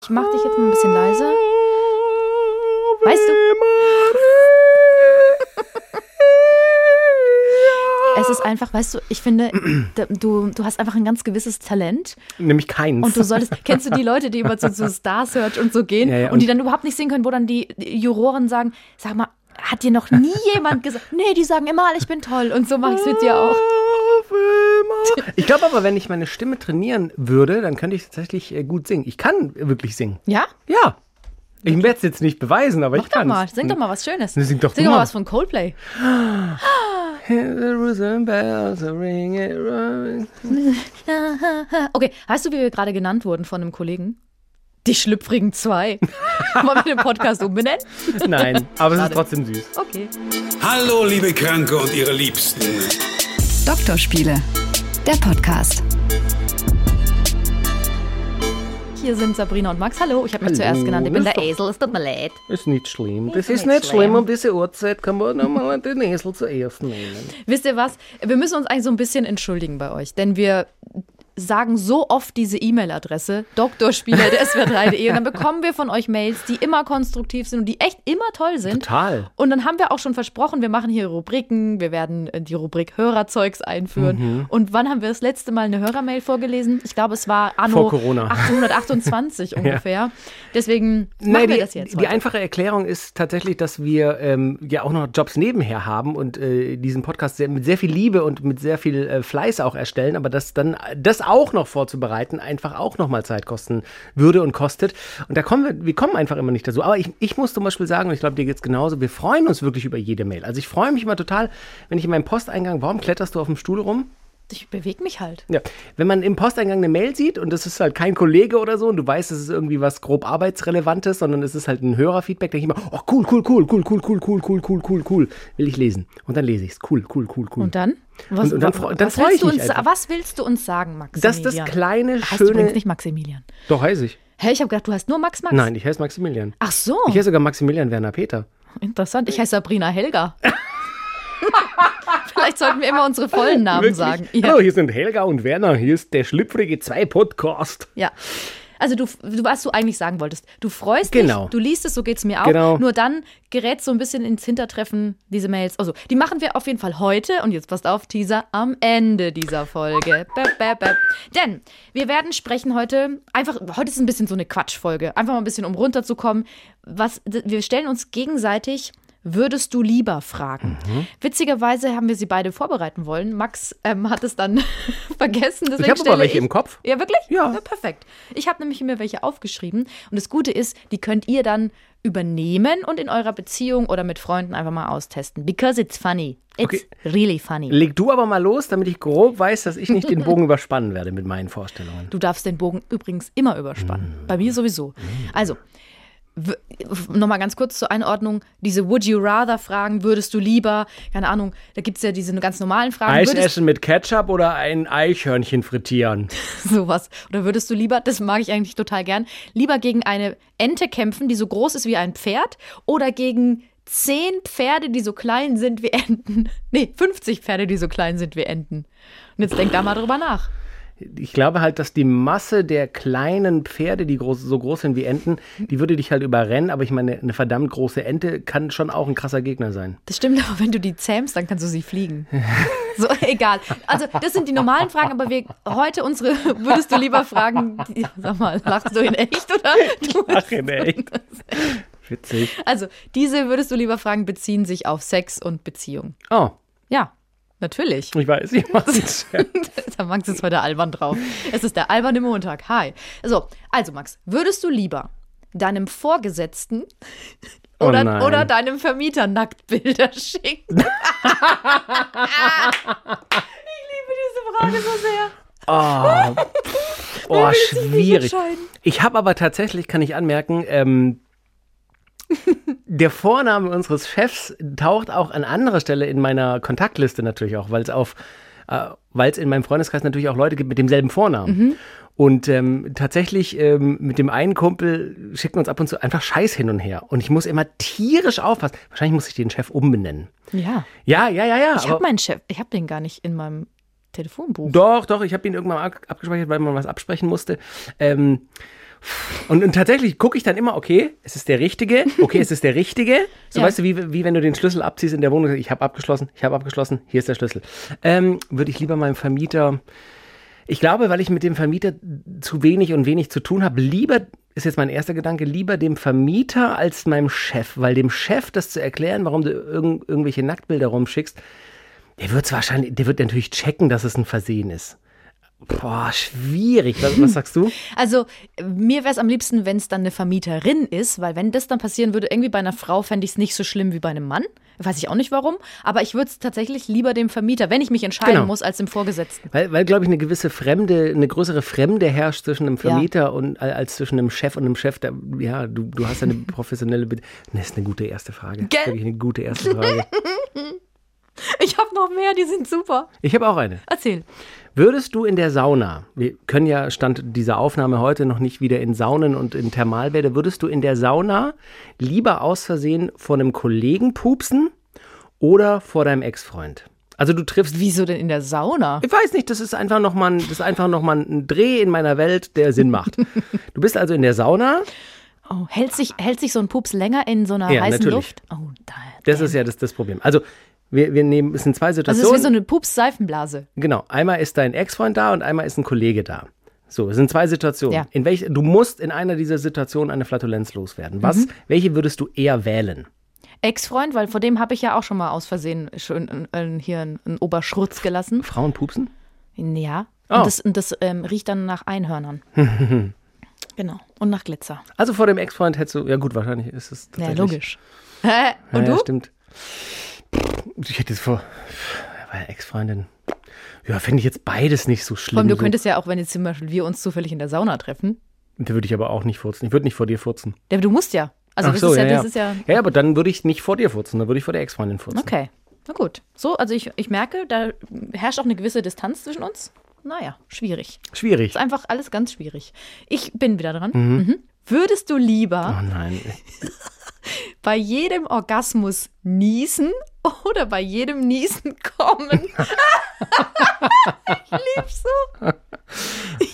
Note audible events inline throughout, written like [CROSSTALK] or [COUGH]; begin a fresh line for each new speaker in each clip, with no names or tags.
Ich mach dich jetzt mal ein bisschen leiser. Weißt du?
[LAUGHS]
Es ist einfach, weißt du, ich
[CLEARS THROAT]
finde, da- du, du hast einfach ein ganz gewisses Talent
Nämlich keins.
und du solltest, kennst du die Leute, die immer zu, zu Star Search und so gehen
Ja, ja,
und,
und-
die dann überhaupt nicht singen können, wo dann die Juroren sagen, sag mal, hat dir noch
[LAUGHS]
nie jemand gesagt, nee, die sagen immer, alle, ich bin toll und so mache ich es mit dir auch.
[LAUGHS] Ich glaube aber, wenn ich meine Stimme trainieren würde, dann könnte ich tatsächlich äh, gut singen. Ich kann wirklich singen.
Ja?
Ja. Ich werde es jetzt nicht beweisen, aber
Mach
ich
doch
kann.
mal, sing doch mal was Schönes.
Ne, sing doch
sing
du
doch mal
mal.
was von Coldplay. [LAUGHS] Okay, weißt du, wie wir gerade genannt wurden von einem Kollegen? Die schlüpfrigen
[LAUGHS]
zwei. Wollen wir den Podcast umbenennen?
Nein, aber es ist trotzdem süß.
Okay.
Hallo, liebe Kranke und ihre Liebsten.
Doktorspiele, der Podcast.
Hier sind Sabrina und Max. Hallo, ich habe mich
Hallo,
zuerst genannt. Ich bin
das
der
ist
Esel, es tut mir leid.
Ist nicht schlimm. Das
Ist
ist
nicht
nicht schlimm.
schlimm.
Um diese Uhrzeit kann man nochmal den Esel zuerst nehmen.
Wisst ihr was? Wir müssen uns eigentlich so ein bisschen entschuldigen bei euch, denn wir sagen so oft diese E-Mail-Adresse drspieler.sw3.de und dann bekommen wir von euch Mails, die immer konstruktiv sind und die echt immer toll sind.
Total.
Und dann haben wir auch schon versprochen, wir machen hier Rubriken, wir werden äh, die Rubrik Hörerzeugs einführen.
Mhm.
Und wann haben wir das letzte Mal eine Hörermail vorgelesen? Ich glaube, es war anno
Vor Corona. [LAUGHS]
1828 ungefähr. Deswegen machen
Nein,
wir
die,
das jetzt.
die
heute.
einfache Erklärung ist tatsächlich, dass wir ähm, ja auch noch Jobs nebenher haben und äh, diesen Podcast sehr, mit sehr viel Liebe und mit sehr viel äh, Fleiß auch erstellen, aber das dann das auch noch vorzubereiten einfach auch nochmal Zeit kosten würde und kostet. Und da kommen wir, wir kommen einfach immer nicht dazu. Aber ich, ich muss zum Beispiel sagen, und ich glaube, dir geht's genauso, wir freuen uns wirklich über jede Mail. Also ich freue mich immer total, wenn ich in meinem Posteingang, warum kletterst du auf dem Stuhl rum?
ich bewege mich halt.
Ja, wenn man im Posteingang eine Mail sieht und das ist halt kein Kollege oder so und du weißt, es ist irgendwie was grob arbeitsrelevantes, sondern es ist halt ein Hörerfeedback, denke ich immer, oh cool, cool, cool, cool, cool, cool, cool, cool, cool, cool, cool, will ich lesen. Und dann lese ich es. Cool, cool, cool, cool.
Und dann? Was,
Hm. Und- und dann
wa-
freu- dann
was
freu
willst
ich
du
mich
uns,
einfach.
Was willst du uns sagen,
Dass
Maximilian?
das kleine,
heißt übrigens
schöne...
nicht Maximilian.
Doch, heiße ich.
Hä, ich habe gedacht, du heißt nur Max Max.
Nein, ich heiße Maximilian.
Ach so,
Ich heiße sogar Maximilian Werner Peter.
interessant. Ich heiße Sabrina Helga. [LAUGHS] Vielleicht sollten wir immer unsere vollen Namen
Wirklich?
sagen.
Hallo, hier sind Helga und Werner, hier ist der schlüpfrige 2 Podcast.
Ja. Also du, du, was du eigentlich sagen wolltest. Du freust
Genau.
dich, du liest es, so geht's mir auch.
Genau.
Nur dann gerät so ein bisschen ins Hintertreffen diese Mails. Also, die machen wir auf jeden Fall heute und jetzt passt auf, Teaser, am Ende dieser Folge. Bäp, bäp, bäp. Denn wir werden sprechen heute, einfach, heute ist ein bisschen so eine Quatschfolge. Einfach mal ein bisschen, um runterzukommen. Was, wir stellen uns gegenseitig Würdest du lieber fragen?
Mhm.
Witzigerweise haben wir sie beide vorbereiten wollen. Max ähm, hat es dann [LAUGHS] vergessen. Deswegen
Ich habe
stelle
aber welche im Kopf.
ja, wirklich?
Ja.
perfekt. Ich habe nämlich mir welche aufgeschrieben. Und das Gute ist, die könnt ihr dann übernehmen und in eurer Beziehung oder mit Freunden einfach mal austesten. Because it's funny. It's
Okay.
really funny.
Leg du aber mal los, damit ich grob weiß, dass ich nicht den Bogen [LAUGHS] überspannen werde mit meinen Vorstellungen.
Du darfst den Bogen übrigens immer überspannen.
Mm.
Bei mir sowieso. Also, nochmal ganz kurz zur Einordnung. Diese Would you rather Fragen, würdest du lieber, keine Ahnung, da gibt es ja diese ganz normalen Fragen.
Eis
Würdest-
essen mit Ketchup oder ein Eichhörnchen frittieren?
[LAUGHS] sowas. Oder würdest du lieber, das mag ich eigentlich total gern, lieber gegen eine Ente kämpfen, die so groß ist wie ein Pferd oder gegen zehn Pferde, die so klein sind wie Enten? [LAUGHS] Nee, 50 Pferde, die so klein sind wie Enten. Und jetzt denk da mal drüber nach.
Ich glaube halt, dass die Masse der kleinen Pferde, die groß, so groß sind wie Enten, die würde dich halt überrennen. Aber ich meine, eine verdammt große Ente kann schon auch ein krasser Gegner sein.
Das stimmt, aber wenn du die zähmst, dann kannst du sie fliegen. So, egal. Also, das sind die normalen Fragen, aber wir heute unsere [LAUGHS] würdest du lieber fragen, die, sag mal, lachst du in echt oder? Du,
Ach, in echt. [LAUGHS] Witzig.
also, diese würdest du lieber fragen beziehen sich auf Sex und Beziehung.
Oh,
Ja, natürlich.
ich [LAUGHS] weiß, ich mach's.
[LAUGHS] da Max ist heute albern drauf. Es ist der alberne Montag. Hi. So, also Max, würdest du lieber deinem Vorgesetzten
Oh
oder,
nein.
oder deinem Vermieter Nacktbilder schicken? ich liebe diese Frage so sehr.
Oh, oh schwierig.
entscheiden?
Ich habe aber tatsächlich, kann ich anmerken, ähm, der Vorname unseres Chefs taucht auch an anderer Stelle in meiner Kontaktliste natürlich auch, weil es auf, äh, weil es in meinem Freundeskreis natürlich auch Leute gibt mit demselben Vornamen.
Mhm.
Und ähm, tatsächlich ähm, mit dem einen Kumpel schicken uns ab und zu einfach Scheiß hin und her. Und ich muss immer tierisch aufpassen. Wahrscheinlich muss ich den Chef umbenennen.
Ja,
Ja, ja, ja, ja.
ich habe meinen Chef, ich habe den gar nicht in meinem Telefonbuch.
Doch, doch, ich habe ihn irgendwann ab- abgespeichert, weil man was absprechen musste. Ähm, Und, und tatsächlich gucke ich dann immer, okay, es ist der Richtige, okay, es ist der Richtige. So
Ja.
weißt du, wie, wie wenn du den Schlüssel abziehst in der Wohnung, ich habe abgeschlossen, ich habe abgeschlossen, hier ist der Schlüssel. Ähm, Würde ich lieber meinem Vermieter, ich glaube, weil ich mit dem Vermieter zu wenig und wenig zu tun habe, lieber, ist jetzt mein erster Gedanke, lieber dem Vermieter als meinem Chef, weil dem Chef das zu erklären, warum du irgend, irgendwelche Nacktbilder rumschickst, der wird wahrscheinlich, der wird natürlich checken, dass es ein Versehen ist. Boah, schwierig. Was, was sagst du?
Also, mir wäre es am liebsten, wenn es dann eine Vermieterin ist, weil wenn das dann passieren würde, irgendwie bei einer Frau fände ich es nicht so schlimm wie bei einem Mann. Weiß ich auch nicht warum, aber ich würde es tatsächlich lieber dem Vermieter, wenn ich mich entscheiden
Genau.
muss, als dem Vorgesetzten.
Weil, weil glaube ich, eine gewisse Fremde, eine größere Fremde herrscht zwischen einem Vermieter und äh, als zwischen einem Chef und einem Chef. Da, ja, du, du hast ja eine professionelle. Be das ist eine gute erste Frage. Das ist
Gell?
Wirklich eine gute erste Frage.
[LAUGHS] Ich habe noch mehr, die sind super.
Ich habe auch eine.
Erzähl.
Würdest du in der Sauna, wir können ja Stand dieser Aufnahme heute noch nicht wieder in Saunen und in Thermalbäder, würdest du in der Sauna lieber aus Versehen vor einem Kollegen pupsen oder vor deinem Ex-Freund? Also du triffst
Wieso denn in der Sauna?
Ich weiß nicht, das ist einfach nochmal ein, das ist einfach noch mal ein Dreh in meiner Welt, der Sinn macht.
[LAUGHS]
Du bist also in der Sauna.
Oh, hält, sich, hält sich so ein Pups länger in so einer
Ja,
heißen
natürlich.
Luft? Oh, da.
Das ist ja das, das Problem. Also, wir, wir nehmen, es sind zwei
Also, es ist
Situationen.
wie so eine Pups-Seifenblase.
genau, einmal ist dein Ex-Freund da und einmal ist ein Kollege da. So, es sind zwei Situationen.
Ja.
In welch, du musst in einer dieser Situationen eine Flatulenz loswerden. Was,
Mhm.
Welche würdest du eher wählen?
Ex-Freund, weil vor dem habe ich ja auch schon mal aus Versehen schön äh, hier einen, einen Oberschurz gelassen.
Frauen pupsen?
Ja.
Oh.
Und das, und das ähm, riecht dann nach [LAUGHS] Einhörnern. genau. Und nach Glitzer.
Also vor dem Ex-Freund hättest du, ja gut, wahrscheinlich ist es
Ja,
tatsächlich.
logisch. Hä?
Ja,
Und
Ja,
du?
stimmt. Ich hätte es vor, weil Ex-Freundin. Ja, finde ich jetzt beides nicht so schlimm.
Vor allem, du
So-
könntest ja auch, wenn jetzt zum Beispiel wir uns zufällig in der Sauna treffen,
Da würde ich aber auch nicht furzen. Ich würde nicht vor dir furzen.
der, du musst ja. Also das ist ja, das ist ja.
ja, aber dann würde ich nicht vor dir furzen, dann würde ich vor der Ex-Freundin furzen.
Okay. Na gut. So, also ich, ich merke, da herrscht auch eine gewisse Distanz zwischen uns. Naja, schwierig.
Schwierig.
Ist einfach alles ganz schwierig. Ich bin wieder dran. Mhm. Ah. Würdest du lieber
Oh nein.
bei jedem Orgasmus niesen [LAUGHS] oder bei jedem Niesen kommen?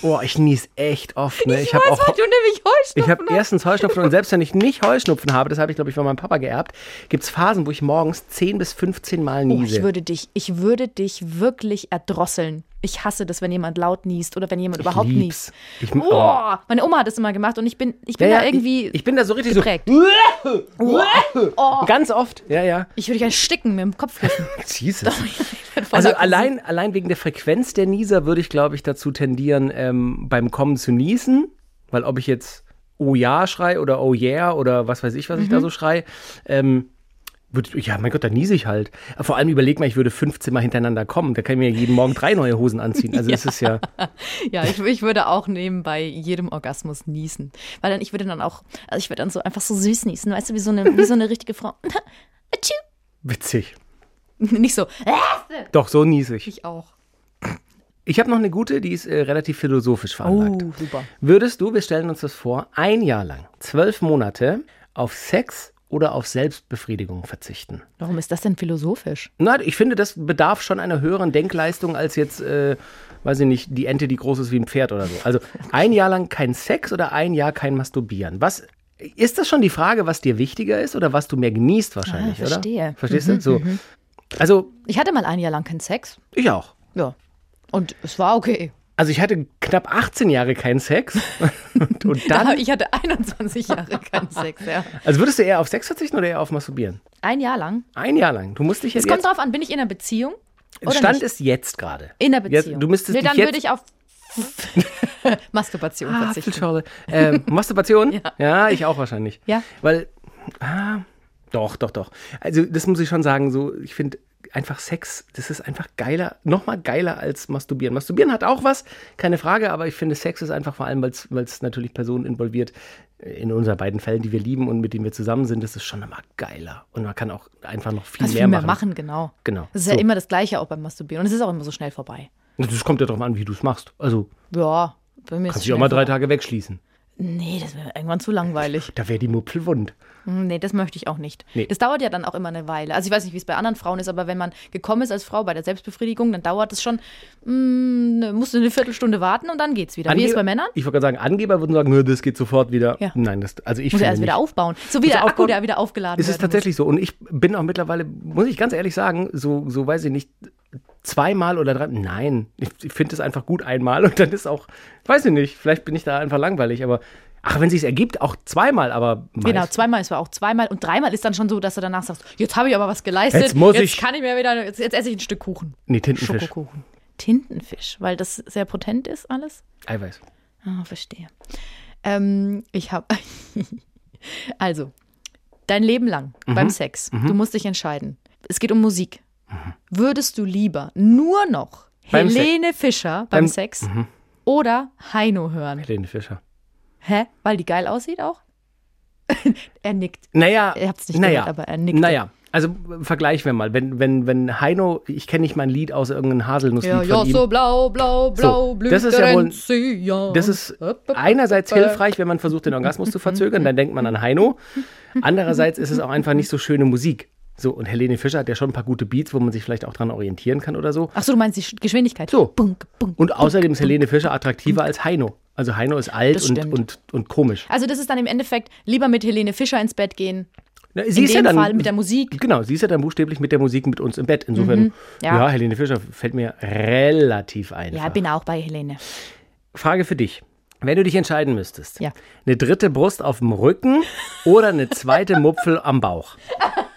Oh, ich nies echt oft. Ne? Ich, habe
Was,
auch.
weil du nämlich
Ich habe
Heuschnupfen hast.
erstens Heuschnupfen und selbst wenn ich nicht Heuschnupfen habe, das habe ich glaube ich von meinem Papa geerbt, gibt es Phasen, wo ich morgens 10 bis 15 Mal
Oh,
niese.
ich würde dich, ich würde dich wirklich erdrosseln. Ich hasse das, wenn jemand laut niest oder wenn jemand überhaupt
lieb's.
niest.
Ich,
Oh.
oh.
meine Oma hat das immer gemacht und ich bin, ich bin
Ja,
da
ja,
irgendwie,
ich, ich bin da so richtig
geprägt.
so. Ganz oft. Ja, ja.
ich würde dich ersticken mit dem Kopf.
[LAUGHS] Jesus. Also allein, allein wegen der Frequenz der Nieser würde ich, glaube ich, dazu tendieren, ähm, beim Kommen zu niesen. Weil ob ich jetzt Oh ja schrei oder Oh yeah oder was weiß ich, was ich da so schrei, ähm, würd, ja, mein Gott, dann niese ich halt. Vor allem überleg mal, ich würde 15 Mal hintereinander kommen. Da kann ich mir ja jeden Morgen drei neue Hosen anziehen. Also es ist ja,
Ja, ich, ich würde auch nebenbei jedem Orgasmus niesen. Weil dann, ich würde dann auch, also ich würde dann so einfach so süß niesen, weißt du, wie so eine, wie so eine richtige Frau. [LAUGHS] Atschu.
witzig.
Nicht so,
Doch, so niese ich.
ich auch.
Ich habe noch eine gute, die ist äh, relativ philosophisch veranlagt.
super.
Würdest du, wir stellen uns das vor, ein Jahr lang, zwölf Monate, auf Sex oder auf Selbstbefriedigung verzichten?
Warum ist das denn philosophisch?
Na, ich finde, das bedarf schon einer höheren Denkleistung als jetzt, äh, weiß ich nicht, die Ente, die groß ist wie ein Pferd oder so. Also ein Jahr lang kein Sex oder ein Jahr kein Masturbieren. Was ist das schon die Frage, was dir wichtiger ist oder was du mehr genießt wahrscheinlich,
Ah, verstehe. mhm,
oder? Verstehst du? So. Also
Ich hatte mal ein Jahr lang keinen Sex.
ich auch.
Ja. Und es war okay.
Also ich hatte knapp 18 Jahre keinen Sex [LAUGHS] und, und
Da, [LAUGHS]
dann.
ich hatte 21 Jahre keinen Sex, ja.
Also würdest du eher auf Sex verzichten oder eher auf Masturbieren?
Ein Jahr lang.
Ein Jahr lang. Du musst dich
Es
jetzt.
kommt drauf an, bin ich in einer Beziehung? Oder
Stand
nicht?
ist jetzt gerade.
in der
Jetzt-
Beziehung.
Du müsstest
nee,
dich
dann
jetzt
würde ich
[LAUGHS]
auf Masturbation
Ah,
verzichten.
Apfelschorle. Ähm,
[LAUGHS]
Masturbation? ja.
Ja.
ich auch wahrscheinlich.
Ja.
Weil, ah, doch, doch, doch. Also, das muss ich schon sagen, so, ich finde einfach Sex, das ist einfach geiler, nochmal geiler als Masturbieren. Masturbieren hat auch was, keine Frage, aber ich finde Sex ist einfach vor allem, weil es natürlich Personen involviert, äh, in unseren beiden Fällen, die wir lieben und mit denen wir zusammen sind, das ist schon immer geiler. Und man kann auch einfach noch viel,
Kannst
mehr,
viel mehr
machen.
machen, genau.
Genau.
Das ist
So.
ja immer das Gleiche auch beim Masturbieren. Und es ist auch immer so schnell vorbei.
Das kommt ja darauf an, wie du es machst. Also,
Ja, bei mir ist
kannst
es
dich auch
schnell
mal drei
vorbei.
Tage wegschließen.
Nee, das wäre irgendwann zu langweilig.
Da wäre die Muppel wund.
Hm, Nee, das möchte ich auch nicht.
Nee.
Das dauert ja dann auch immer eine Weile. Also ich weiß nicht, wie es bei anderen Frauen ist, aber wenn man gekommen ist als Frau bei der Selbstbefriedigung, dann dauert es schon, mh, musst du eine Viertelstunde warten und dann geht's wieder. wie ist es bei Männern?
Ich wollte gerade sagen, Angeber würden sagen, nö, das geht sofort wieder.
Ja.
Nein, das, also ich
Muss
finde
er erst wieder
nicht.
aufbauen. So wie
Muss er
der Akku,
aufbauen?
der wieder aufgeladen
Es ist
werden
tatsächlich so. Und ich bin auch mittlerweile, muss ich ganz ehrlich sagen, so, so weiß ich nicht, zweimal oder drei. Nein, ich, ich finde es einfach gut einmal und dann ist auch, weiß ich nicht, vielleicht bin ich da einfach langweilig, aber ach, wenn sich ergibt, auch zweimal, aber meist.
muss. Genau, zweimal, es war auch zweimal und dreimal ist dann schon so, dass du danach sagst, jetzt habe ich aber was geleistet,
Jetzt muss
jetzt
ich-
kann ich mir wieder, jetzt, jetzt esse ich ein Stück Kuchen.
Nee, Tintenfisch.
Schokokuchen. Tintenfisch, weil das sehr potent ist alles.
Eiweiß.
Ah, verstehe. Ähm, ich habe. [LAUGHS] also, dein Leben lang
Mhm.
beim Sex, du musst dich entscheiden. Es geht um Musik. Würdest du lieber nur noch
Mhm. Beim Se-
Helene Fischer beim
Beim- Mhm.
Sex oder Heino hören?
Helene Fischer.
Hä? Weil die geil aussieht auch? [LAUGHS] er nickt.
Naja.
Ihr habt's nicht
naja,
gehört, aber er nickte.
Naja. Also äh, vergleichen wir mal. Wenn, wenn, wenn Heino, ich kenne nicht mal ein Lied außer irgendeinem Haselnusslied
Ja, ja,
von ihm.
so blau, blau, blau,
So,
blüht
das ist
der
ja wohl-
Enzian.
Das ist
Hopp, hopp,
einerseits
hopp, hopp.
hilfreich, wenn man versucht, den Orgasmus zu verzögern, dann denkt man an Heino. Andererseits ist es auch einfach nicht so schöne Musik. So, und Helene Fischer hat ja schon ein paar gute Beats, wo man sich vielleicht auch dran orientieren kann oder so.
Ach so, du meinst die Sch- Geschwindigkeit?
So.
Bunk, bunk,
Und außerdem ist Helene Fischer attraktiver als Heino. Also Heino ist alt
Das
und,
stimmt.
und, und komisch.
Also das ist dann im Endeffekt lieber mit Helene Fischer ins Bett gehen.
Na, sie
In dem Fall mit der Musik. Mhm.
Genau, sie ist ja dann buchstäblich mit der Musik mit uns im Bett. Insofern, ja.
ja.
Helene Fischer fällt mir relativ ein.
Ja, bin auch bei Helene.
Frage für dich. Wenn du dich entscheiden müsstest,
Ja.
eine dritte Brust auf dem Rücken oder eine zweite Mupfel am Bauch?
[LAUGHS]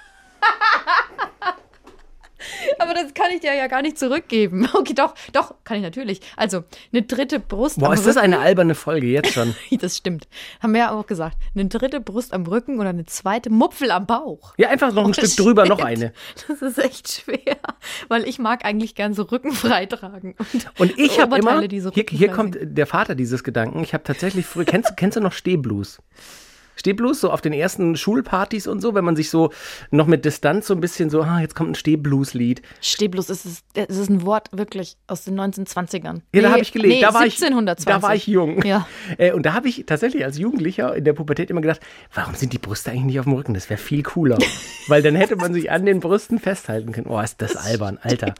Aber das kann ich dir ja gar nicht zurückgeben. [LAUGHS] Okay, doch, doch, kann ich natürlich. Also, eine dritte Brust
Boah,
am
ist das
Rücken.
eine alberne Folge
[LAUGHS]
jetzt schon.
Das stimmt. Haben wir ja auch gesagt. Eine dritte Brust am Rücken oder eine zweite Mupfel am Bauch.
Ja, einfach noch ein Stück
Das
drüber, noch
stimmt.
eine.
Das ist echt schwer, weil ich mag eigentlich gern so Rücken freitragen.
Und ich habe
Oh, Oberteile,
immer,
die so
hier, hier
rückenfrei
kommt
sind.
der Vater dieses Gedanken, ich habe tatsächlich früher, kennst, [LAUGHS] kennst du noch Stehblues? Stehblues, so auf den ersten Schulpartys und so, wenn man sich so noch mit Distanz so ein bisschen so, ah, jetzt kommt ein Stehblues-Lied.
Stehblues, es ist, es ist ein Wort wirklich aus den 1920ern.
Ja, da
Nee,
habe ich gelebt.
Nee,
da, war
1720.
Ich, da war ich jung.
Ja.
Äh, und da habe ich tatsächlich als Jugendlicher in der Pubertät immer gedacht, warum sind die Brüste eigentlich nicht auf dem Rücken? Das wäre
[LAUGHS]
viel cooler. Weil dann hätte man sich an den Brüsten festhalten können. Oh, ist das albern, Alter.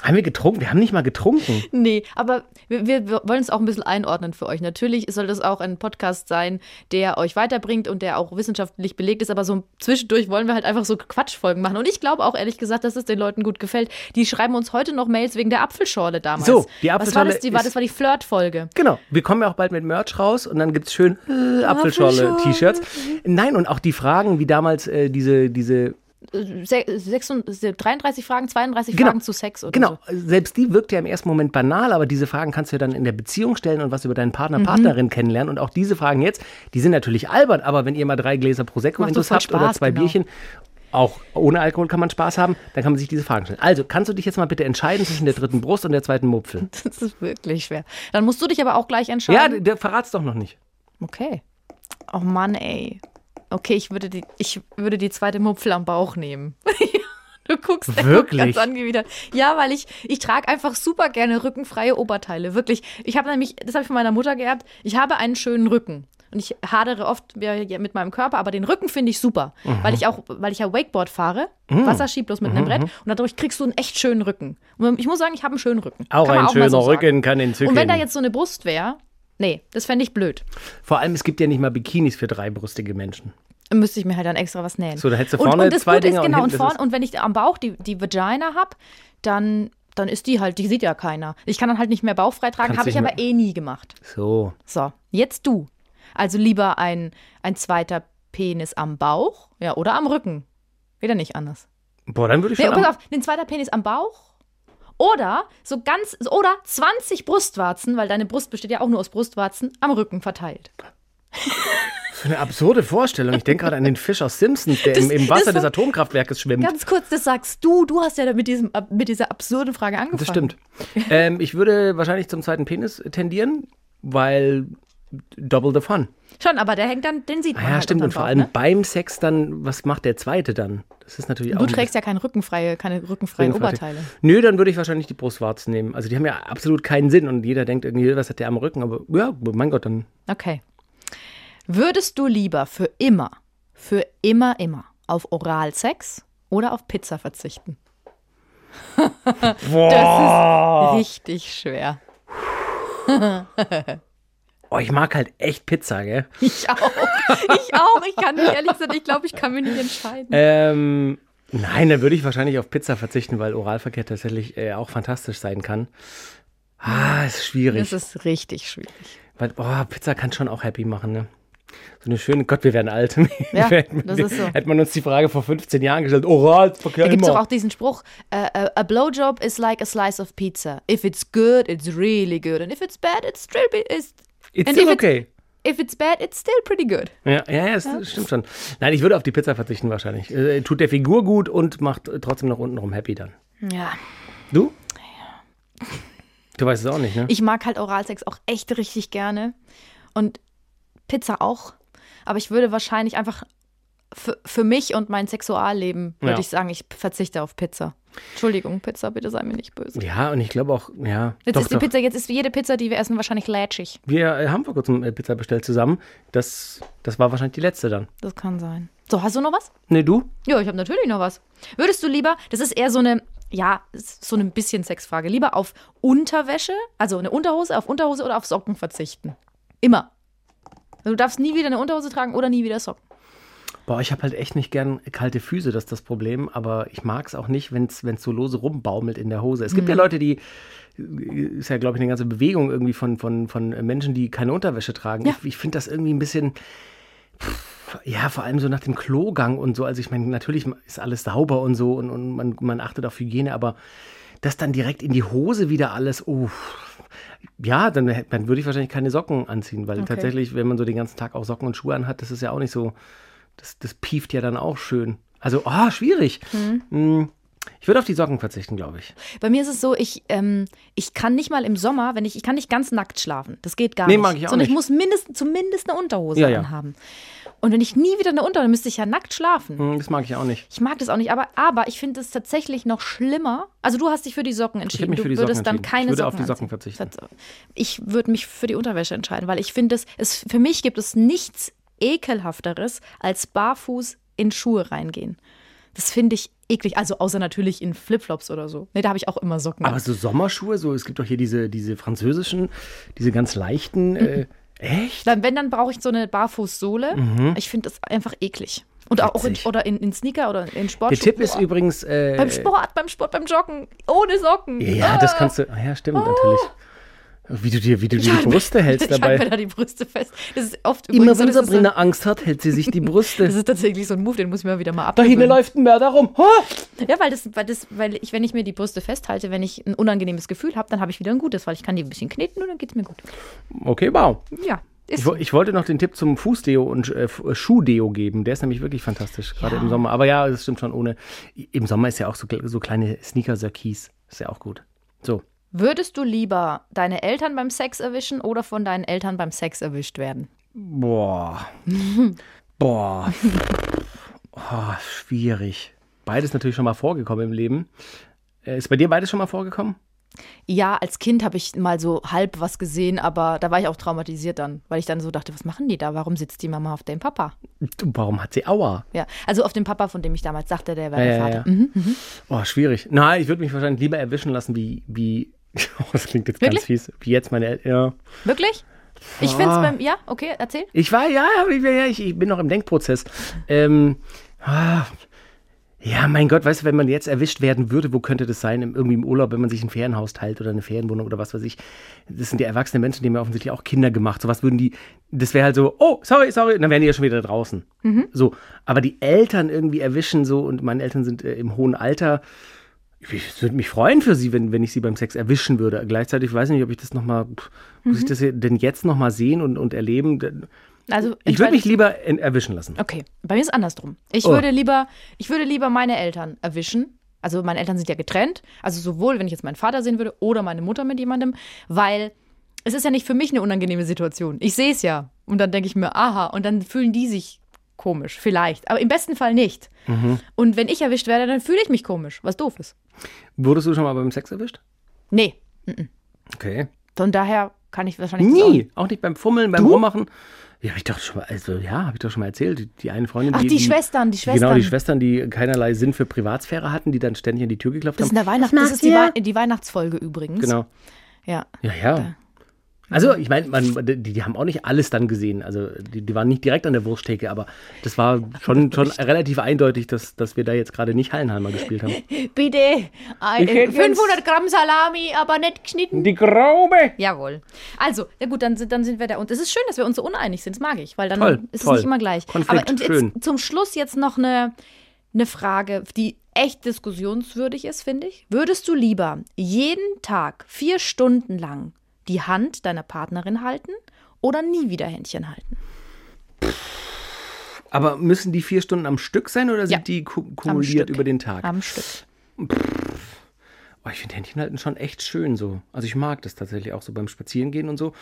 Haben wir getrunken? Wir haben nicht mal getrunken.
Nee, aber wir, wir wir wollen es auch ein bisschen einordnen für euch. Natürlich soll das auch ein Podcast sein, der euch weiterbringt und der auch wissenschaftlich belegt ist, aber so zwischendurch wollen wir halt einfach so Quatschfolgen machen. Und ich glaube auch ehrlich gesagt, dass es den Leuten gut gefällt. Die schreiben uns heute noch Mails wegen der Apfelschorle damals.
So, die
Was war
Apfelschorle
das? Die war,
ist-
das war die Flirt-Folge.
Genau. Wir kommen ja auch bald mit Merch raus und dann gibt's schön äh, Apfelschorle-T-Shirts. Nein, und auch die Fragen, wie damals äh, diese, diese
Se- sechsund- 33 Fragen, 32
Genau.
Fragen zu Sex oder
Genau,
so. [LAUGHS]
selbst die wirkt ja im ersten Moment banal, aber diese Fragen kannst du ja dann in der Beziehung stellen und was über deinen
Mhm.
Partner, Partnerin kennenlernen. Und auch diese Fragen jetzt, die sind natürlich albern, aber wenn ihr mal drei Gläser Prosecco
Macht
in Intus
sofort
habt oder
Spaß,
zwei
genau.
Bierchen, auch ohne Alkohol kann man Spaß haben, dann kann man sich diese Fragen stellen. Also, kannst du dich jetzt mal bitte entscheiden zwischen der dritten Brust und der zweiten Mupfel?
Das ist wirklich schwer. Dann musst du dich aber auch gleich entscheiden.
Ja, der- der verrat's doch noch nicht.
Okay. Oh Mann, ey. Okay, ich würde die, ich würde die zweite Mupfel am Bauch nehmen. [LAUGHS] du guckst der guckt ganz
Wirklich?
angewidert. Ja, weil ich, ich trage einfach super gerne rückenfreie Oberteile. Wirklich. Ich habe nämlich, das habe ich von meiner Mutter geerbt, ich habe einen schönen Rücken. Und ich hadere oft mit meinem Körper, aber den Rücken finde ich super.
Mhm.
Weil ich auch, weil ich ja Wakeboard fahre, Wasserski bloß mit einem
Mhm.
Brett. Und dadurch kriegst du einen echt schönen Rücken. Und ich muss sagen, ich habe einen schönen Rücken.
Auch
Kann man
ein
mal
schöner
so sagen.
Rücken kann entzücken.
Und wenn da jetzt so eine Brust wäre, nee, das fände ich blöd.
Vor allem, es gibt ja nicht mal Bikinis für dreibrustige Menschen.
müsste ich mir halt dann extra was nähen.
So, da hättest du vorne
und, und das
zwei
Gute
Dinger
ist,
und
genau, und,
hinten ist
vorne, und wenn ich am Bauch die, die Vagina habe, dann, dann ist die halt, die sieht ja keiner. Ich kann dann halt nicht mehr bauchfrei tragen,
Kannst
habe ich
nicht
aber eh nie gemacht.
So.
So, jetzt du. Also lieber ein, ein zweiter Penis am Bauch, ja, oder am Rücken. Wieder nicht anders.
Boah, dann würde ich
Nee,
schon.
pass
am-
auf, ein zweiter Penis am Bauch. Oder so ganz, oder 20 Brustwarzen, weil deine Brust besteht ja auch nur aus Brustwarzen, am Rücken verteilt.
Für eine absurde Vorstellung. Ich denke gerade an den Fisch aus Simpsons, der im, im
das
Wasser
war-
des Atomkraftwerkes schwimmt.
Ganz kurz, das sagst du. Du hast ja mit, diesem, mit dieser absurden Frage angefangen.
Das stimmt. ähm, ich würde wahrscheinlich zum zweiten Penis tendieren, weil double the fun.
Schon, aber der hängt dann, den sieht man.
Ah, ja,
halt
stimmt.
unterm
Und vor
Bauch,
allem
ne?
beim Sex dann, was macht der zweite dann? Das ist natürlich auch.
Du
ein
trägst ja keine rückenfreie, keine rückenfreien
bisschen-
Oberteile.
Nö, dann würde ich wahrscheinlich die Brustwarzen nehmen. Also die haben ja absolut keinen Sinn und jeder denkt irgendwie, was hat der am Rücken? Aber ja, mein Gott, dann
Okay. Würdest du lieber für immer für immer, immer auf Oralsex oder auf Pizza verzichten? Das ist richtig schwer.
Oh, ich mag halt echt Pizza, gell?
Ich auch. Ich auch. Ich kann mich ehrlich gesagt, ich glaube, ich kann mich nicht entscheiden.
Ähm, nein, dann würde ich wahrscheinlich auf Pizza verzichten, weil Oralverkehr tatsächlich äh, auch fantastisch sein kann. Ah, ist schwierig.
Das ist richtig schwierig.
Weil, oh, Pizza kann schon auch happy machen, ne? So eine schöne, Gott, wir werden alt. [LAUGHS]
Ja,
Hätte man-
das ist so.
Hätte man uns die Frage vor 15 Jahren gestellt, Oralverkehr
Da gibt es
immer.
doch auch diesen Spruch: äh, äh, A blowjob is like a slice of pizza. If it's good, it's really good. And if it's bad, it's still, be- it's,
It's
and
still
if
okay.
If it's bad, it's still pretty good.
Ja, ja, ja, es stimmt schon. Nein, ich würde auf die Pizza verzichten wahrscheinlich. Äh, tut der Figur gut und macht trotzdem noch untenrum happy dann.
Ja.
Du? Du weißt es auch nicht, ne?
Ich mag halt Oralsex auch echt richtig gerne. Und Pizza auch. Aber ich würde wahrscheinlich einfach für, für mich und mein Sexualleben, würde
Ja.
ich sagen, ich verzichte auf Pizza. Entschuldigung, Pizza, bitte sei mir nicht böse.
ja, und ich glaube auch, ja.
Jetzt
doch,
ist die
doch.
Pizza, jetzt ist jede Pizza, die wir essen, wahrscheinlich lätschig.
Wir äh, haben vor kurzem äh, Pizza bestellt zusammen. Das, das war wahrscheinlich die letzte dann.
Das kann sein. So, hast du noch was?
Ne, du?
Ja, ich habe natürlich noch was. Würdest du lieber, das ist eher so eine, ja, ist so ein bisschen Sexfrage, lieber auf Unterwäsche, also eine Unterhose, auf Unterhose oder auf Socken verzichten? Immer. Also du darfst nie wieder eine Unterhose tragen oder nie wieder Socken.
Boah, ich habe halt echt nicht gern kalte Füße, das ist das Problem. Aber ich mag es auch nicht, wenn es so lose rumbaumelt in der Hose. Es gibt ja Leute, die, ist ja, glaube ich, eine ganze Bewegung irgendwie von, von, von Menschen, die keine Unterwäsche tragen.
Ja.
Ich, ich finde das irgendwie ein bisschen, pff, ja, vor allem so nach dem Klogang und so. Also ich meine, natürlich ist alles sauber und so und, und man, man achtet auf Hygiene, aber das dann direkt in die Hose wieder alles, oh, ja, dann, hätt- dann würde ich wahrscheinlich keine Socken anziehen, weil tatsächlich, wenn man so den ganzen Tag auch Socken und Schuhe anhat, das ist ja auch nicht so, das, das pieft ja dann auch schön. Also, ah, schwierig. Hm. Ich würde auf die Socken verzichten, glaube ich.
Bei mir ist es so, ich, ähm, ich kann nicht mal im Sommer, wenn ich, ich kann nicht ganz nackt schlafen. Das geht gar
Nee,
nicht.
mag ich auch
Sondern ich
nicht.
muss mindestens, zumindest eine Unterhose
Ja, ja.
anhaben. Und wenn ich nie wieder eine Unterhose, dann müsste ich ja nackt schlafen.
Hm, Das mag ich auch nicht.
Ich mag das auch nicht, aber, aber ich finde es tatsächlich noch schlimmer. Also du hast dich für die Socken entschieden.
mich
du
für die
würdest
Socken
dann
entschieden.
keine
Ich würde
Socken
auf die Socken
anziehen.
verzichten.
Verz- Ich würde mich für die Unterwäsche entscheiden, weil ich finde es, es für mich gibt es nichts ekelhafteres als barfuß in Schuhe reingehen. Das finde ich eklig, also außer natürlich in Flipflops oder so. Nee, da habe ich auch immer Socken. an.
Aber so Sommerschuhe, so, es gibt doch hier diese, diese französischen, diese ganz
Mhm.
leichten. Äh, echt?
Dann, wenn, dann brauche ich so eine Barfußsohle. Ich finde das einfach eklig. Und auch in,
Mhm. Witzig.
oder in, in Sneaker oder in Sport.
Der Tipp ist übrigens. Äh,
Beim Sport, beim Sport, beim Joggen, ohne Socken.
Ja, das kannst du. ah Ja, stimmt, natürlich.
Oh.
Wie du dir, wie du dir die
[LAUGHS]
Brüste hältst
ich halte mir
dabei.
da die Brüste fest. Das ist oft
Immer
übrigens so,
wenn
das ist
Sabrina Angst hat, hält sie
[LAUGHS]
sich die
So, das
Brüste.
ist tatsächlich so ein Move, den muss ich mir wieder mal
Da hinten
abgewöhnen.
läuft ein Mörder rum. Ha!
Ja, weil, das, weil, das, weil ich, wenn ich mir die Brüste festhalte, wenn ich ein unangenehmes Gefühl habe, dann habe ich wieder ein gutes, weil ich kann die ein bisschen kneten und dann geht's mir gut.
Okay, wow.
Ja, ist
Ich,
so.
wo- ich wollte noch den Tipp zum Fußdeo und äh, F- Schuhdeo geben. Der ist nämlich wirklich fantastisch, gerade im Sommer. Aber ja, das stimmt schon ohne. Im Sommer ist ja auch so, kle- so kleine Sneaker-Söckis. Ist ja auch gut. So.
Würdest du lieber deine Eltern beim Sex erwischen oder von deinen Eltern beim Sex erwischt werden?
[LAUGHS] Boah. [LAUGHS] Boah. oh, schwierig. Beides natürlich schon mal vorgekommen im Leben. Äh, Ist bei dir beides schon mal vorgekommen?
Ja, als Kind habe ich mal so halb was gesehen, aber da war ich auch traumatisiert dann, weil ich dann so dachte, was machen die da? Warum sitzt die Mama auf dem Papa?
Warum hat sie Aua?
Ja, also auf dem Papa, von dem ich damals dachte, der wäre
Ja,
der
ja,
Vater. Mhm.
ja. Oh, schwierig. Nein, ich würde mich wahrscheinlich lieber erwischen lassen, wie. wie [LAUGHS] oh, das klingt jetzt
Wirklich?
ganz fies. Wie jetzt meine Eltern. Ja.
Wirklich? Ich finde
Ah.
es beim. Ja, okay, erzähl.
Ich war, ja, ich, ja, ich, ich bin noch im Denkprozess. Ähm, ah, ja, mein Gott, weißt du, wenn man jetzt erwischt werden würde, wo könnte das sein? Im, irgendwie im Urlaub, wenn man sich ein Ferienhaus teilt oder eine Ferienwohnung oder was weiß ich. Das sind ja erwachsene Menschen, die haben ja offensichtlich auch Kinder gemacht. So was würden die, das wäre halt so, oh, sorry, sorry, und dann wären die ja schon wieder draußen. So, aber die Eltern irgendwie erwischen so und meine Eltern sind äh, im hohen Alter. Ich- Ich würde mich freuen für sie, wenn, wenn ich sie beim Sex erwischen würde. Gleichzeitig weiß ich nicht, ob ich das nochmal, muss ich das hier denn jetzt nochmal sehen und, und erleben? Da-
Also
ich würde mich lieber in, erwischen lassen.
Okay, bei mir ist es andersrum. Ich
Oh.
würde lieber, ich würde lieber meine Eltern erwischen. Also meine Eltern sind ja getrennt. Also sowohl, wenn ich jetzt meinen Vater sehen würde oder meine Mutter mit jemandem, weil es ist ja nicht für mich eine unangenehme Situation. Ich sehe es ja und dann denke ich mir, aha, und dann fühlen die sich komisch, vielleicht, aber im besten Fall nicht.
Mhm.
Und wenn ich erwischt werde, dann fühle ich mich komisch, was doof ist.
Wurdest du schon mal beim Sex erwischt?
Nee,
Okay.
von daher Kann ich wahrscheinlich das auch nicht.
Nie. Auch nicht beim Fummeln, beim Rummachen. Ja, hab ich doch schon mal, also ja, habe ich doch schon mal erzählt. Die, die eine Freundin,
Ach, die Schwestern, die
Genau, die
Schwestern.
Schwestern, die keinerlei Sinn für Privatsphäre hatten, die dann ständig an die Tür geklopft
Das ist,
haben.
in der Weihnacht, das
macht
ist die,
ihr?
Wei die Weihnachtsfolge übrigens.
Genau.
Ja.
Ja, ja. Also, ich meine, man- die, die haben auch nicht alles dann gesehen. Also, die, die waren nicht direkt an der Wursttheke, aber das war schon, schon relativ eindeutig, dass, dass wir da jetzt gerade nicht Hallenheimer gespielt haben.
Bitte, ein,
Ich hätte
500 Gramm Salami, aber nicht geschnitten.
Die Graube!
Jawohl. Also, ja gut, dann, sind- dann sind wir da. Und es ist schön, dass wir uns so uneinig sind. Das mag ich, weil dann
Toll,
ist
toll.
es nicht immer gleich.
Konflikt,
Aber und jetzt
schön.
zum Schluss jetzt noch eine, eine Frage, die echt diskussionswürdig ist, finde ich. Würdest du lieber jeden Tag vier Stunden lang die Hand deiner Partnerin halten oder nie wieder Händchen halten?
Aber müssen die vier Stunden am Stück sein oder sind
Ja,
die ku
Am
kumuliert
Stück.
über den Tag?
Am Stück.
Oh, ich finde Händchen halten schon echt schön so. Also ich mag das tatsächlich auch so beim Spazierengehen und so.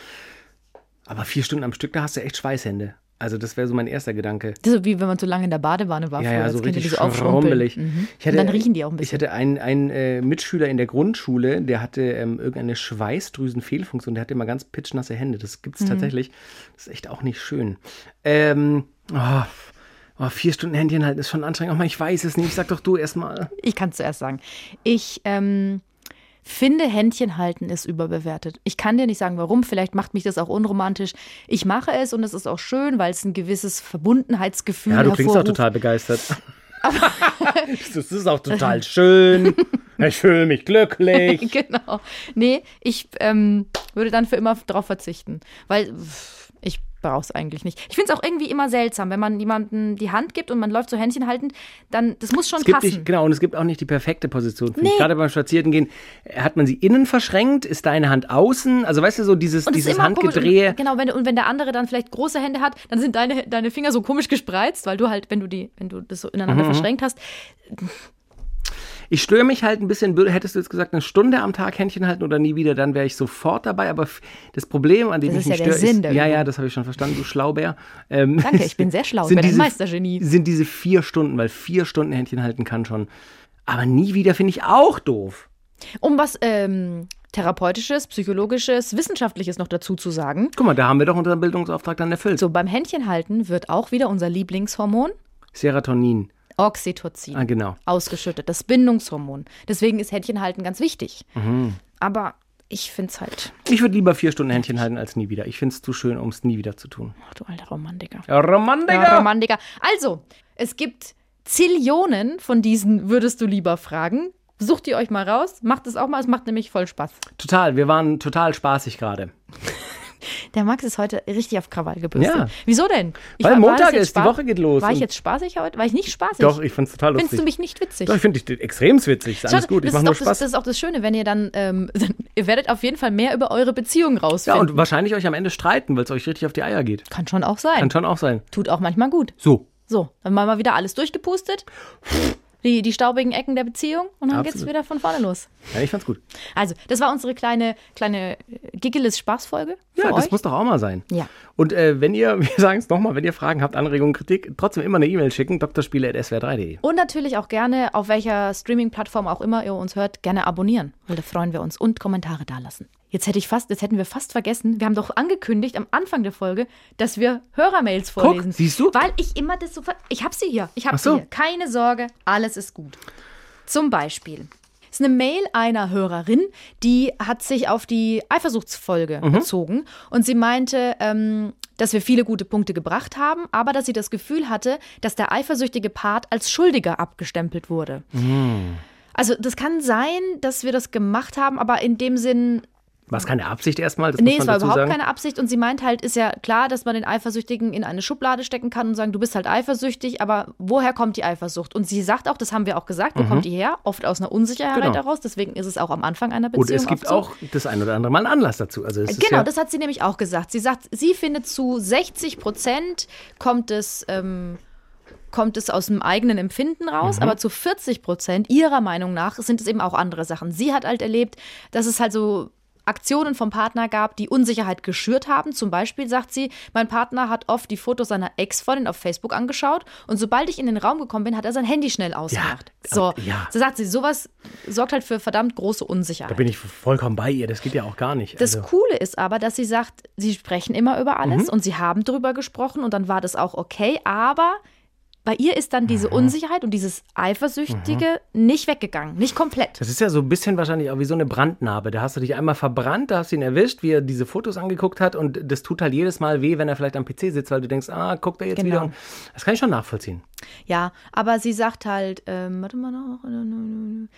Aber vier Stunden am Stück, da hast du echt Schweißhände. Also das wäre so mein erster Gedanke.
Das ist wie wenn man zu lange in der Badewanne war.
Ja,
früher.
ja,
Das
so
kennt ihr,
richtig
diese Aufschrumpeln.
schrumpelig.
Mhm.
Ich hatte-
Und dann riechen die auch ein
Ich
bisschen.
hatte einen, einen äh, Mitschüler in der Grundschule, der hatte ähm, irgendeine Schweißdrüsenfehlfunktion. Der hatte immer ganz pitschnasse Hände. Das gibt es
Mhm.
tatsächlich. Das ist echt auch nicht schön. Ähm, oh, oh, vier Stunden Händchen halten ist schon anstrengend. Aber ich weiß es nicht. Sag doch du erst mal.
Ich kann es zuerst sagen. Ich ähm, finde, Händchen halten ist überbewertet. Ich kann dir nicht sagen, warum. Vielleicht macht mich das auch unromantisch. Ich mache es und es ist auch schön, weil es ein gewisses Verbundenheitsgefühl
Ja, du klingst auch
hervorruft. [LAUGHS]
total begeistert. [LAUGHS] das ist auch total schön. Ich fühle mich glücklich.
Genau. Nee, ich ähm, würde dann für immer darauf verzichten. Weil pff, ich brauche es eigentlich nicht. Ich finde es auch irgendwie immer seltsam, wenn man jemandem die Hand gibt und man läuft so Händchen halten, dann, das muss schon
Es gibt
passen.
nicht, genau, und es gibt auch nicht die perfekte Position. finde ich. Gerade beim Spazierengehen äh, hat man sie innen verschränkt, ist deine Hand außen. Also weißt du, so dieses,
Und es ist
dieses
immer komisch.
Handgedrehe.
Und, genau, wenn, und wenn der andere dann vielleicht große Hände hat, dann sind deine, deine Finger so komisch gespreizt, weil du halt, wenn du die, wenn du das so ineinander
Mhm.
verschränkt hast.
Ich störe mich halt ein bisschen, Würde- hättest du jetzt gesagt, eine Stunde am Tag Händchen halten oder nie wieder, dann wäre ich sofort dabei. Aber f- das Problem, an dem
Das
ich
ist
mich
ja der
störe,
Sinn der
ja, ja,
Übung.
das habe ich schon verstanden, du Schlaubär. Ähm,
Danke, ich
[LAUGHS]
bin sehr schlau, ich bin ein
diese-
Meistergenie.
Sind diese vier Stunden, weil vier Stunden Händchen halten kann schon. Aber nie wieder finde ich auch doof.
Um was ähm, therapeutisches, psychologisches, wissenschaftliches noch dazu zu sagen.
Guck mal, da haben wir doch unseren Bildungsauftrag dann erfüllt.
So, beim Händchenhalten wird auch wieder unser Lieblingshormon
Serotonin.
Oxytocin
Ah, genau.
ausgeschüttet, das Bindungshormon. Deswegen ist Händchenhalten ganz wichtig.
Mhm.
Aber ich finde es halt,
Ich würde lieber vier Stunden Händchen halten als nie wieder. Ich finde es zu schön, um es nie wieder zu tun.
ach oh, du alter Romantiker.
Romantiker!
Ja, Romantiker. Also, es gibt Zillionen von diesen würdest du lieber fragen. Sucht ihr euch mal raus, macht es auch mal, es macht nämlich voll Spaß.
Total, wir waren total spaßig gerade.
Der Max ist heute richtig auf Krawall gebürstet.
Ja.
Wieso denn? Ich
Weil
war- war das
Montag
jetzt
ist, die
spa-
Woche geht los
War ich
und-
jetzt spaßig heute? War ich nicht spaßig?
fand es total
Findest du mich nicht witzig?
Doch, ich finde dich extrem witzig. Ist alles
Schade,
gut, ich
das,
mache
ist
nur
auch das,
Spaß.
das ist auch das Schöne, wenn ihr dann, ähm, [LAUGHS] ihr werdet auf jeden Fall mehr über eure Beziehung
ja,
rausfinden.
und wahrscheinlich euch am Ende streiten, weil es euch richtig auf die Eier geht.
Kann schon auch sein.
Kann schon auch sein.
Tut auch manchmal gut.
So.
So, dann mal mal wieder alles durchgepustet, die, die staubigen Ecken der Beziehung und dann geht's
Absolut.
wieder von vorne los.
Ja, ich fand's gut.
Also, das war unsere kleine, kleine Giggelis-Spaßfolge für
Ja,
euch.
das muss doch auch mal sein.
Ja.
Und äh, wenn ihr, [LAUGHS] wir sagen es nochmal, wenn ihr Fragen habt, Anregungen, Kritik, trotzdem immer eine E-Mail schicken, drspiele.swr3.de.
und natürlich auch gerne, auf welcher Streaming-Plattform auch immer ihr uns hört, gerne abonnieren, weil da freuen wir uns und Kommentare dalassen. Jetzt hätte ich fast, jetzt hätten wir fast vergessen, wir haben doch angekündigt am Anfang der Folge, dass wir Hörermails vorlesen.
siehst du?
Weil ich immer das so ver ich habe sie hier, ich
Ach
habe
so.
sie hier. Keine Sorge, alles ist gut. Zum Beispiel ist eine Mail einer Hörerin, die hat sich auf die Eifersuchtsfolge
Mhm.
bezogen und sie meinte, ähm, dass wir viele gute Punkte gebracht haben, aber dass sie das Gefühl hatte, dass der eifersüchtige Part als Schuldiger abgestempelt wurde.
Mhm.
Also das kann sein, dass wir das gemacht haben, aber in dem Sinn,
War es keine Absicht erstmal? Das
nee, es
muss man
war
dazu
überhaupt
sagen.
keine Absicht. Und sie meint halt, ist ja klar, dass man den Eifersüchtigen in eine Schublade stecken kann und sagen, du bist halt eifersüchtig, aber woher kommt die Eifersucht? Und sie sagt auch, das haben wir auch gesagt, wo kommt die her? Oft aus einer Unsicherheit
Mhm. Genau.
heraus, deswegen ist es auch am Anfang einer Beziehung.
Und es gibt
oft um so.
auch das ein oder andere Mal einen Anlass dazu. Also es ist
Genau,
ja,
das hat sie nämlich auch gesagt. Sie sagt, sie findet zu 60 Prozent kommt es. Ähm, kommt es aus dem eigenen Empfinden
Mhm.
raus, aber zu 40 Prozent ihrer Meinung nach sind es eben auch andere Sachen. Sie hat halt erlebt, dass es halt so Aktionen vom Partner gab, die Unsicherheit geschürt haben. Zum Beispiel sagt sie, mein Partner hat oft die Fotos seiner Ex-Freundin auf Facebook angeschaut und sobald ich in den Raum gekommen bin, hat er sein Handy schnell ausgemacht. so,
aber- ja.
so sagt sie, sowas sorgt halt für verdammt große Unsicherheit.
Da bin ich vollkommen bei ihr. Das geht ja auch gar nicht.
Das
also,
Coole ist aber, dass sie sagt, sie sprechen immer über alles und sie haben drüber gesprochen und dann war das auch okay, aber bei ihr ist dann diese Unsicherheit und dieses Eifersüchtige nicht weggegangen, nicht komplett.
das ist ja so ein bisschen wahrscheinlich auch wie so eine Brandnarbe. Da hast du dich einmal verbrannt, da hast du ihn erwischt, wie er diese Fotos angeguckt hat. Und das tut halt jedes Mal weh, wenn er vielleicht am PC sitzt, weil du denkst, ah, guckt er jetzt
Genau.
wieder. Und das kann ich schon nachvollziehen.
Ja, aber sie sagt halt, ähm, warte mal noch. äh,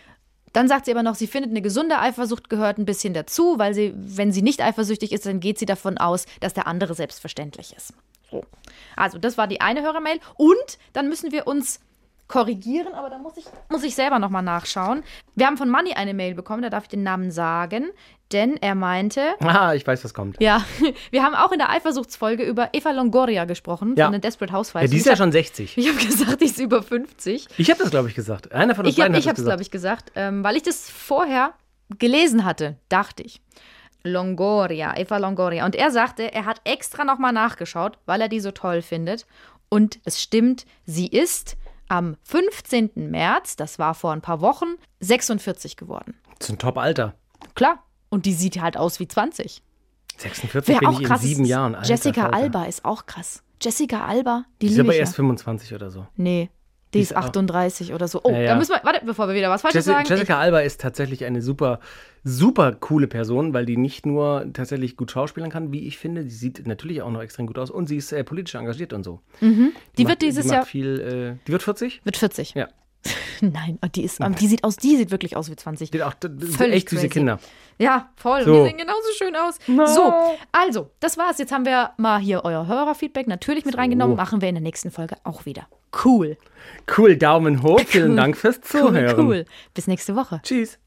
Dann sagt sie aber noch, sie findet eine gesunde Eifersucht gehört ein bisschen dazu, weil sie, wenn sie nicht eifersüchtig ist, dann geht sie davon aus, dass der andere selbstverständlich ist. So. Also, das war die eine Hörermail. Und dann müssen wir uns korrigieren, aber da muss ich, muss ich selber nochmal nachschauen. Wir haben von Manny eine Mail bekommen, da darf ich den Namen sagen, denn er meinte,
Ah, ich weiß, was kommt.
ja, [LAUGHS] wir haben auch in der Eifersuchtsfolge über Eva Longoria gesprochen,
Ja.
von den Desperate Housewives.
Ja, die ist ja schon 60.
Ich habe gesagt, die ist über 50.
Ich habe das, glaube ich, gesagt. Einer von uns
Ich, hab,
beiden
ich
hat
habe
das
es, glaube ich,
gesagt.
gesagt, ähm, weil ich das vorher gelesen hatte, dachte ich. Longoria, Eva Longoria. Und er sagte, er hat extra nochmal nachgeschaut, weil er die so toll findet. Und es stimmt, sie ist am 15. März, das war vor ein paar Wochen, 46 geworden.
Das ist ein Top-Alter.
Klar. Und die sieht halt aus wie 20.
46
Wäre
bin
auch
ich in
krass.
sieben
ist.
Jahren. Alter
Jessica
Falter.
Alba ist auch krass. Jessica Alba, die,
Die ist
liebe
aber
ich
erst
ja.
25 oder so.
Nee, die,
die
ist
ist auch-
38 oder so. Oh,
Ja, ja.
da müssen wir, warte, bevor wir wieder was Falsches
Jessi-
sagen.
Jessica Alba ist tatsächlich eine super, super coole Person, weil die nicht nur tatsächlich gut schauspielern kann, wie ich finde, sie sieht natürlich auch noch extrem gut aus und sie ist äh, politisch engagiert und so.
Mhm. die
macht-
wird dieses
die macht
Jahr,
Viel, äh, die wird 40?
wird 40.
Ja.
[LAUGHS] Nein, und die ist, aber die sieht aus, die sieht wirklich aus wie 20.
Die hat auch d- d-
Völlig
echt süße
crazy.
Kinder.
Ja, voll.
So.
Die sehen genauso schön aus. So, also, das war's. Jetzt haben wir mal hier euer Hörerfeedback natürlich mit reingenommen. Machen wir in der nächsten Folge auch wieder. Cool. [LAUGHS]
Cool, Daumen hoch. Vielen Dank fürs
Cool,
Zuhören.
cool. Bis nächste Woche.
Tschüss.